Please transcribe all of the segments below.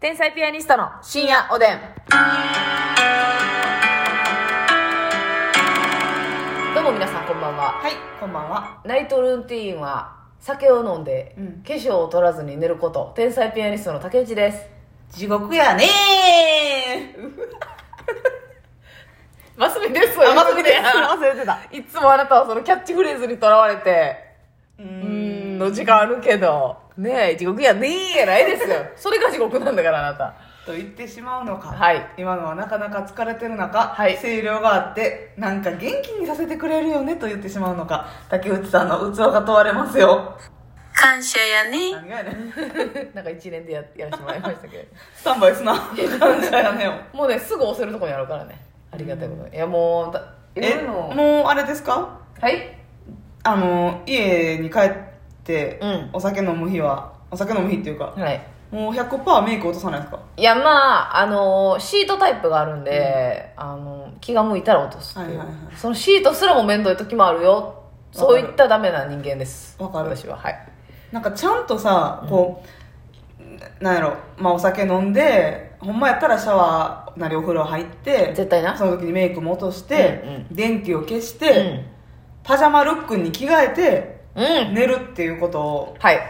天才ピアニストの深夜おでん。どうも皆さんこんばんは。はい、こんばんは。ナイトルーティーンは酒を飲んで、うん化粧を取らずに寝ること。天才ピアニストの竹内です。地獄やねマスミです。ー あ、まさみです。い忘れてた。つもあなたはそのキャッチフレーズにとらわれて、ううーん。ん、の時間あるけど、ねえ、地獄やねえやないですよ。 それが地獄なんだからあなた。と言ってしまうのか。はい。今のはなかなか疲れてる中、はい声量があって、なんか元気にさせてくれるよねと言ってしまうのか、竹内さんの器が問われますよ。感謝やね。何がやねん。 なんか一連でややらせてもらいましたけど。 スタンバイすな。感謝やねんを。もうねすぐ押せるとこにあるからねありがたいことにいやもうだいえ、ろいろもうあれですかはいあの、家に帰って、うんお酒飲む日は、お酒飲む日っていうか、はいもう100%メイク落とさないですかいやまああのシートタイプがあるんで、あの気が向いたら落とすっていう、はいはいはいそのシートすらも面倒い時もあるよそういったダメな人間ですわかる私ははいなんかちゃんとさこう、なんやろ、まあ、お酒飲んでほんまやったらシャワーなりお風呂入って絶対なその時にメイクも落として、うんう電気を消しうて、パジャマルックに着替えてんうん寝るっていうことをはい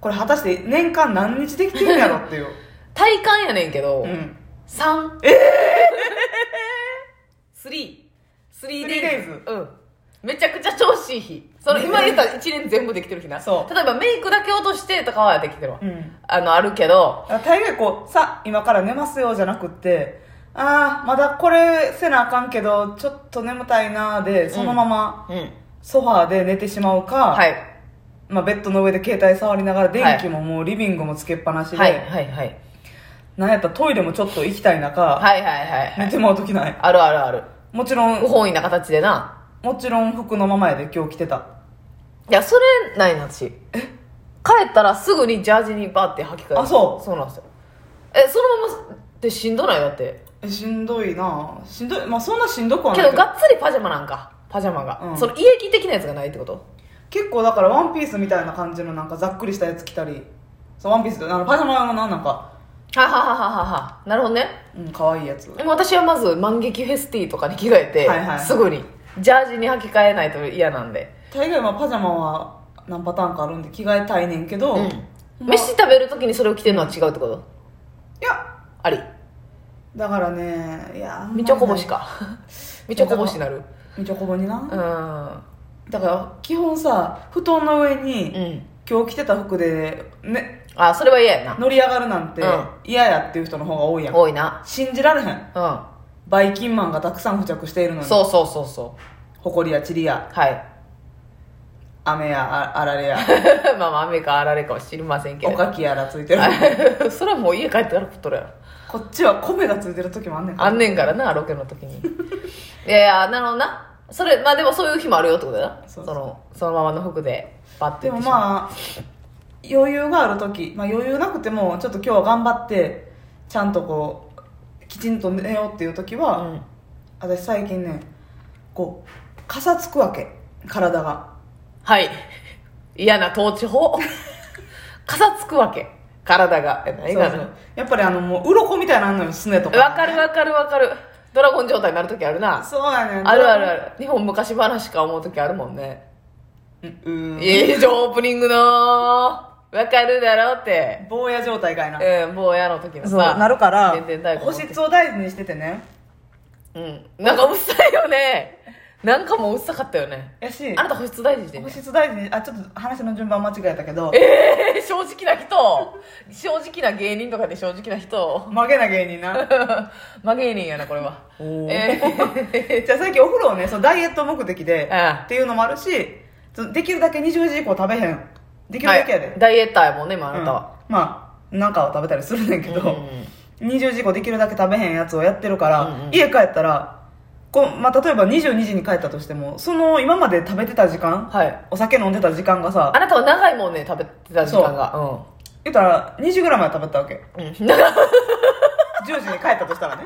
これ果たして年間何日できてるんやろっていう、体感やねんけど、うん、 3え え3 3 three days うんめちゃくちゃ調子いい日その今言った1年全部できてる日なそう例えばメイクだけ落としてとかはできてるわ、うんあのあるけどだから大概こうさ今から寝ますよじゃなくってああまだこれせなあかんけどちょっと眠たいなーでそのままうんソファーで寝てしまうか、はいまあ、ベッドの上で携帯触りながら電気ももうリビングもつけっぱなしで、はいはいはいなんやったらトイレもちょっと行きたい中、はいはいはいは寝いてもう時ないあるあるあるもちろ不ん本意な形でなもちろん服のままやで今日着てたいやそれないな私帰ったらすぐにジャージにバーって履き替えるあそうそうなんですよえそのままってしんどないだってえしんどいなしんどいまあそんなしんどくはなけいどがっつりパジャマなんかパジャマが、うんその胃液的なやつがないってこと結構だからワンピースみたいな感じのなんかざっくりしたやつ着たりそうワンピースってあのパジャマのななんか、ははははははなるほどねうん、かわいいやつでも私はまず万劇フェスティーとかに着替えて、はいはいすぐにジャージに履き替えないと嫌なんで大概まあパジャマは何パターンかあるんで着替えたいねんけど、うんい飯食べる時にそれを着てるのは違うってことやありだからねいやみちょこぼしか みちょこぼしなるみちょこぼにな、うんだから基本さ布団の上に、うん今日着てた服で、ね、あそれは嫌やな乗り上がるなんてうん嫌やっていう人の方が多いやん多いな信じられへんうバイキンマンがたくさん付着しているのんにそうそうそうそうほこりやちりやはい 雨やああられやまあまあ雨かあられかは知りませんけおれどかきやらついて るそれはもう家帰ってから食っとるやろこっちは米がついてる時もあんねんからあんねんからなロケの時にいやいやなるほどなそれまあでもそういう日もあるよってことだなそそうそうのそのままの服でパッてで行っもてしまうまあ余裕がある時、まあ、余裕なくてもちょっと今日は頑張ってちゃんとこうきちんと寝ようっていう時は、うん私最近ねこうかさつくわけ体がはい嫌な統治法 かさつくわけ体がえ何そうがそなうやっぱりあのもう鱗みたいなのあんのよすねとかわかるわかるわかるドラゴン状態になる時あるなそうやねんあるあるある日本昔話か思う時あるもんねうんうんいいじゃんオープニングのわかるだろうって坊や状態かいなうん坊やの時のそさうなるから全然大根保湿を大事にしててねうんなんかうっさいよねなんかもううっさかったよねやしあなた保湿大事にしてん保ね湿大事にあちょっと話の順番間違えたけどえー、正直な人正直な芸人とかで正直な人 曲げな芸人なま芸人やなこれはおーえーじゃあ最近お風呂をねそうダイエット目的でああっていうのもあるしそうできるだけ20時以降食べへんできるだけやで、はいダイエッターやもんね今あうんなたは、まあなんかを食べたりするねんけど、うん20時以降できるだけ食べへんやつをやってるから、うんうん家帰ったらこう、まあ、例えば22時に帰ったとしてもその今まで食べてた時間、はいお酒飲んでた時間があさなたは長いもんね食べてた時間が言ったら2時ぐらいまで食べてたわけう、ん、長い10時に帰ったとしたらね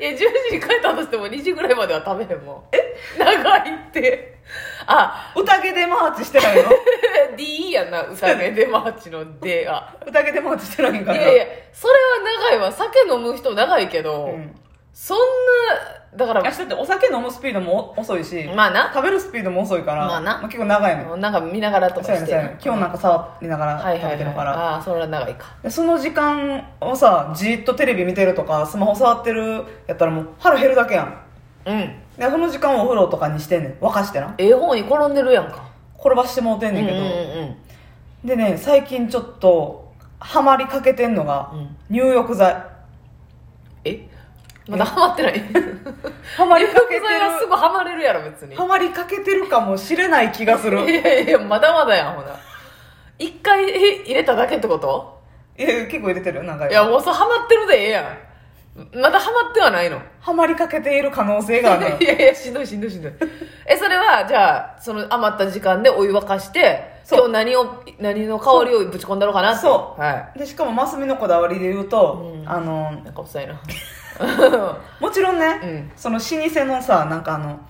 いや10時に帰ったとしても2時ぐらいまでは食べへんもんえ長いってあ 宴でマーチしてないの D やんな宴でマーチの D は宴でマーチしてないんいかなやいやそれは長いわ酒飲む人長いけど、うんそんなだから私だってお酒飲むスピードも遅いし、まあな食べるスピードも遅いから、まあな結構長いのよなんか見ながらとそうかやしねてそうやね今日なんか触りながらはい食はべい、てはるい、から、ああそれは長いかでその時間をさじーっとテレビ見てるとかスマホ触ってるやったらもう腹減るだけやんうんでその時間をお風呂とかにしてんねん沸かしてなええ方に転んでるやんか転ばしてもうてんうんねうんんけど、うんでね最近ちょっとハマりかけてんのが、うん入浴剤えまだハマってない ハマりかけて 食材はするぐハマれるやろ別にハマりかけてるかもしれない気がするいやいやまだまだやんほな一回え入れただけってこといや結構入れてるなんかいやもうそうハマってるでええやんまだハマってはないのハマりかけている可能性があるのよ いやいやしんどいしんどいしんどいえそれはじゃあその余った時間でお湯沸かしてそう今日何を何の香りをぶち込んだろうかなってそうはでしかもマスミのこだわりで言うと、うんあのいなんか遅いな もちろんね、うんその老舗のさなんかあの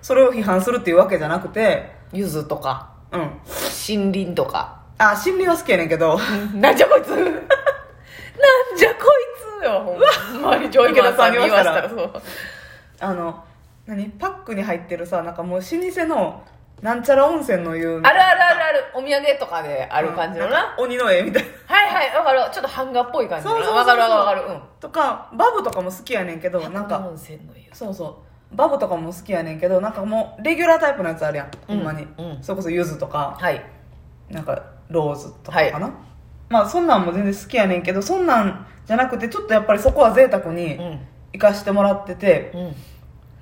それを批判するっていうわけじゃなくて柚子とかうん森林とか あ心理は好きやねんけど なんじゃこいつ なんじゃこいつよほんまにジョイマンさんに言わせたらそうあの何パックに入ってるさなんかもう老舗のなんちゃら温泉の湯あるあるあるあるお土産とかである感じのな、んか鬼の絵みたいなはいはいわかるちょっと版画っぽい感じのなわかるわかるわかるうんとかバブとかも好きやねんけどなんか温泉の湯そうそうバブとかも好きやねんけどなんかもうレギュラータイプのやつあるやん、ほんまに、うんそれこそ柚子とかはいなんかローズとかかな、まあそんなんも全然好きやねんけどそんなんじゃなくてちょっとやっぱりそこは贅沢にうん行かしてもらってて、うん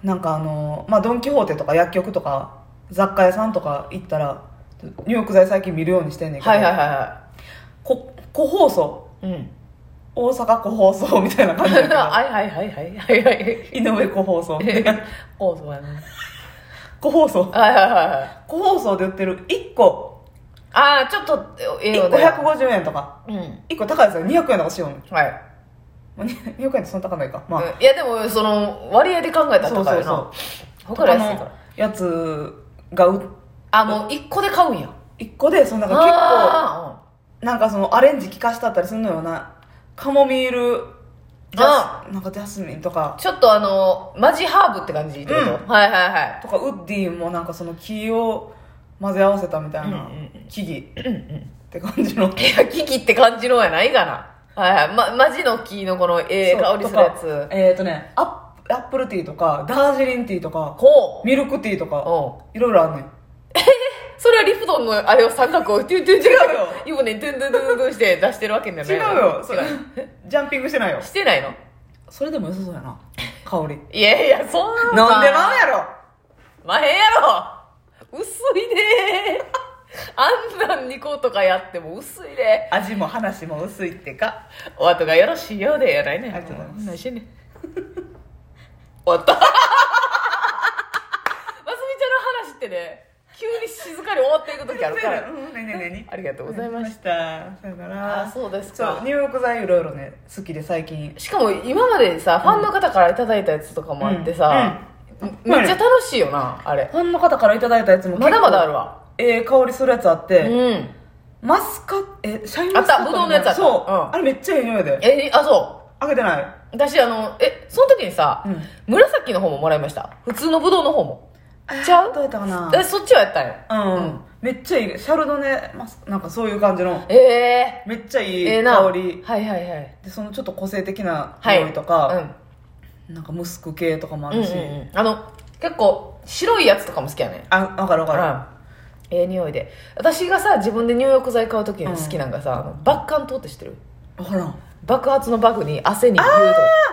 なんかあのまあドン・キホーテとか薬局とか雑貨屋さんとか行ったら入浴剤最近見るようにしてんねんけど、はいはいはこ個包装いはいうん大阪個包装みたいな感じだけ どはいはいはいはいはい はい井上個包装おそうやな個包装はいはいはいはい個包装で売ってる1個ああちょっとええよ1ね個150円とかうん1個高いですよ200円とかしようねはい、まあに200円ってそんな高ないかまあ、うんいやでもその割合で考えたらそう高いそうよそうな他ら安い他かのらやつがうあもう一個で買うんや1個でそのなんか結構あなんかそのアレンジ効かしたったりするのよなカモミールジャスなんかジャスミンとーうんかちょっとあのマジハーブって感じってこと、うんはいはいはいとかウッディもなんかその木を混ぜ合わせたみたいなうんうん木々って感じのいやキキって感じのやないかなはいはい、ま、マジの木のこのええそう香りするやつとかえっ、とねアップアップルティーとかダージリンティーとかこうミルクティーとかおいろいろあんねんそれはリプトンのあれを三角をトゥントゥン違う違うよ湯船にトゥントゥントゥントゥンして出してるわけじゃない違うよそれ違う ジャンピングしてないよしてないのそれでも良さそうやな香り飲んいやいやそんでなまうやろまへんやろ薄いねあんなん2個とかやっても薄いね味も話も薄いってかお後がよろしいようでやないねんありがとうございます何 してんねん終わったますみちゃんの話ってね急に静かに終わっていく時あるからうんねねねねありがとうございまししたさよたならあそうですそうか入浴剤いろいろね好きで最近しかも今までさファンの方からいただいたやつとかもあってさ、うんめっちゃ楽しいよなあれファンの方からいただいたやつもま結構だまだあるわええ香りするやつあっうて、んマスカえシャインマスカッあトったぶどうのやつあったそう、うんあれめっちゃええ匂いでえあそう開けてない私あのえその時にさ、うん紫の方ももらいました普通のブドウの方もちゃうどうやったかなえそっちはやったんようん、めっちゃいいシャルドネマスなんかそういう感じのええめっちゃいえいえな香り、はいはいはいでそのちょっと個性的なはい匂いとか、なんかムスク系とかもあうん、うんるうんし、うんあの結構白いやつとかも好きやねあわかるわかる、うんええ匂いで私がさ自分で入浴剤買う時に好きなんかさ、あの爆汗糖って知ってるわからん爆発の爆に汗に牛とあ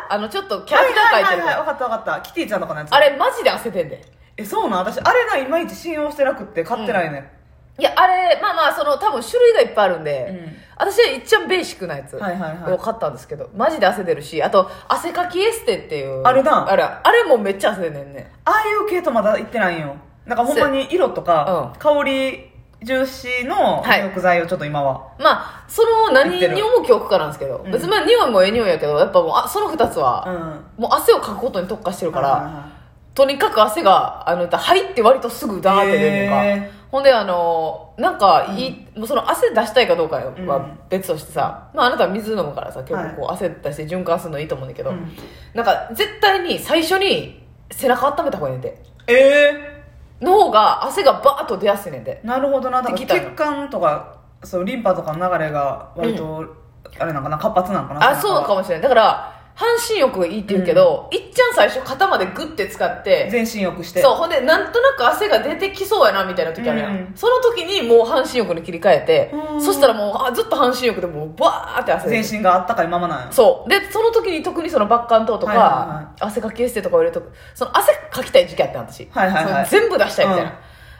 あのちょっとキャラクター書いてるから、はいはいはいはい、わかったわかったキティちゃんとかのやつあれマジで汗出んでえそうなん私あれがいまいち信用してなくって買ってないね、いやあれまあまあその多分種類がいっぱいあるんで、うん私はいっちゃんベーシックなやつはいはいはいを買ったんですけどマジで汗出るしあと汗かきエステっていうあるなあれあれもめっちゃ汗出んねんねああいう系とまだ行ってないんよなんかほんまに色とか、うん香り重視のはい食材をちょっと今は、まあその何に重きを置くかなんですけどうん別にまあ匂いもええ匂いやけどやっぱもうあその2つは、うんもう汗をかくことに特化してるかはいら、はいはいとにかく汗があの入って割とすぐダーって出るのか、へほんであのなんかいい、もうその汗出したいかどうかうんは別としてさ、まあ、あなたは水飲むからさ結構こう汗出して循環するのいいと思うんだけど、うんなんか絶対に最初に背中温めた方がいいねんてええの方が汗がバーッと出やすいねんてなるほどなだかできらたの血管とかそうリンパとかの流れが割と、あれなんかな活発なんかなあそうかもしれないだから半身浴がいいって言うけど、いっちゃん最初肩までグッて使って全身浴してそうほんでなんとなく汗が出てきそうやなみたいな時あるやん、うんその時にもう半身浴に切り替えて、うんそしたらもうあずっと半身浴でもうバーって汗出全て身があったかいままなんやそうでその時に特にそのバッカン糖とか、はいはいは汗かきエステとかを入れるとその汗かきたい時期あったん私、はいはいはいその全部出したいみたいな、うん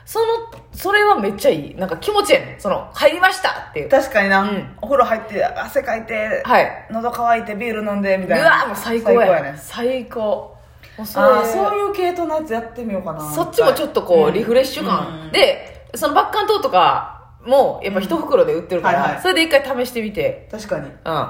そのそれはめっちゃいいなんか気持ちいいねんその入りましたっていう確かにな、うんお風呂入って汗かいて、はい喉乾いてビール飲んでみうたいなわもう最高や最高やね最高もうそあーれそういう系統のやつやってみようかなそっちもちょっとこう、うんリフレッシュ感、うんでそのバッカン糖とかもやっぱ一袋で売ってるから、うんはいはいそれで一回試してみて確かにうん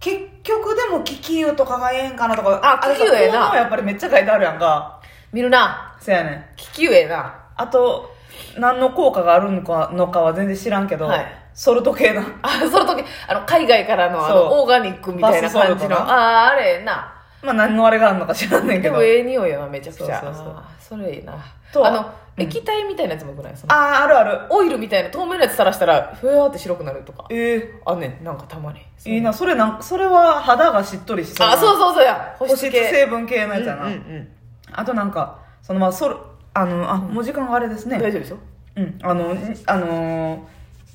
結局でも気球とかがええんかなとかあれさ気球ええな効能やっぱりめっちゃ書いてあるやんか見るなせやねん利き上な あと何の効果があるのかのかは全然知らんけど、はいソルト系なあその時あの海外からのあそうのオーガニックみたいな感じバスソルトのなああーあれええなまあ何のあれがあるのか知らんねんけでどもええ匂いやなめちゃくちゃそうそうそうあーそれいいなとあの、うん液体みたいなやつもよくないそのあああるあるオイルみたいな透明なやつ垂らしたらふわーって白くなるとかえあんねんなんかたまにえいいなそれなんそれは肌がしっとりしそうなあそうそうそうや保湿系成分系のやつやな、うんうんうんあとなんかそのまあソルあのあもう時間があれですね大丈夫でしょうん、あの、にあのー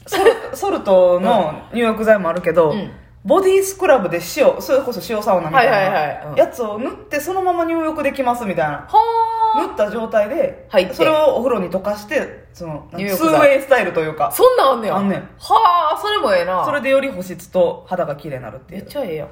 ソル ソルトの入浴剤もあるけど、うんボディスクラブで塩、それこそ塩サウナみたいな、はいはいはいうんやつを塗ってそのまま入浴できますみたいはな。塗った状態で入っ、てそれをお風呂に溶かして、その、ツ入ー浴剤ウェイスタイルというあか、そんなんあんねやあんねんはあそれもええなそれでより保湿と肌が綺麗になるっていめっう。ちゃええやん